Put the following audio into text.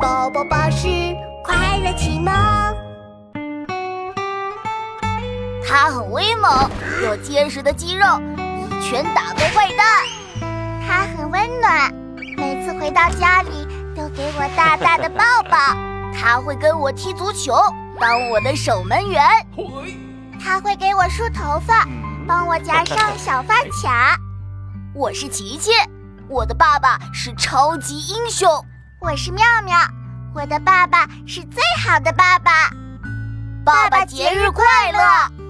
宝宝巴士快乐启蒙。它很威猛，有结实的肌肉，一拳打败坏蛋。它很温暖，每次回到家里都给我大大的抱抱。它会跟我踢足球，当我的守门员。它会给我梳头发，帮我夹上小发卡。我是琪琪，我的爸爸是超级英雄。我是妙妙，我的爸爸是最好的爸爸。爸爸节日快乐！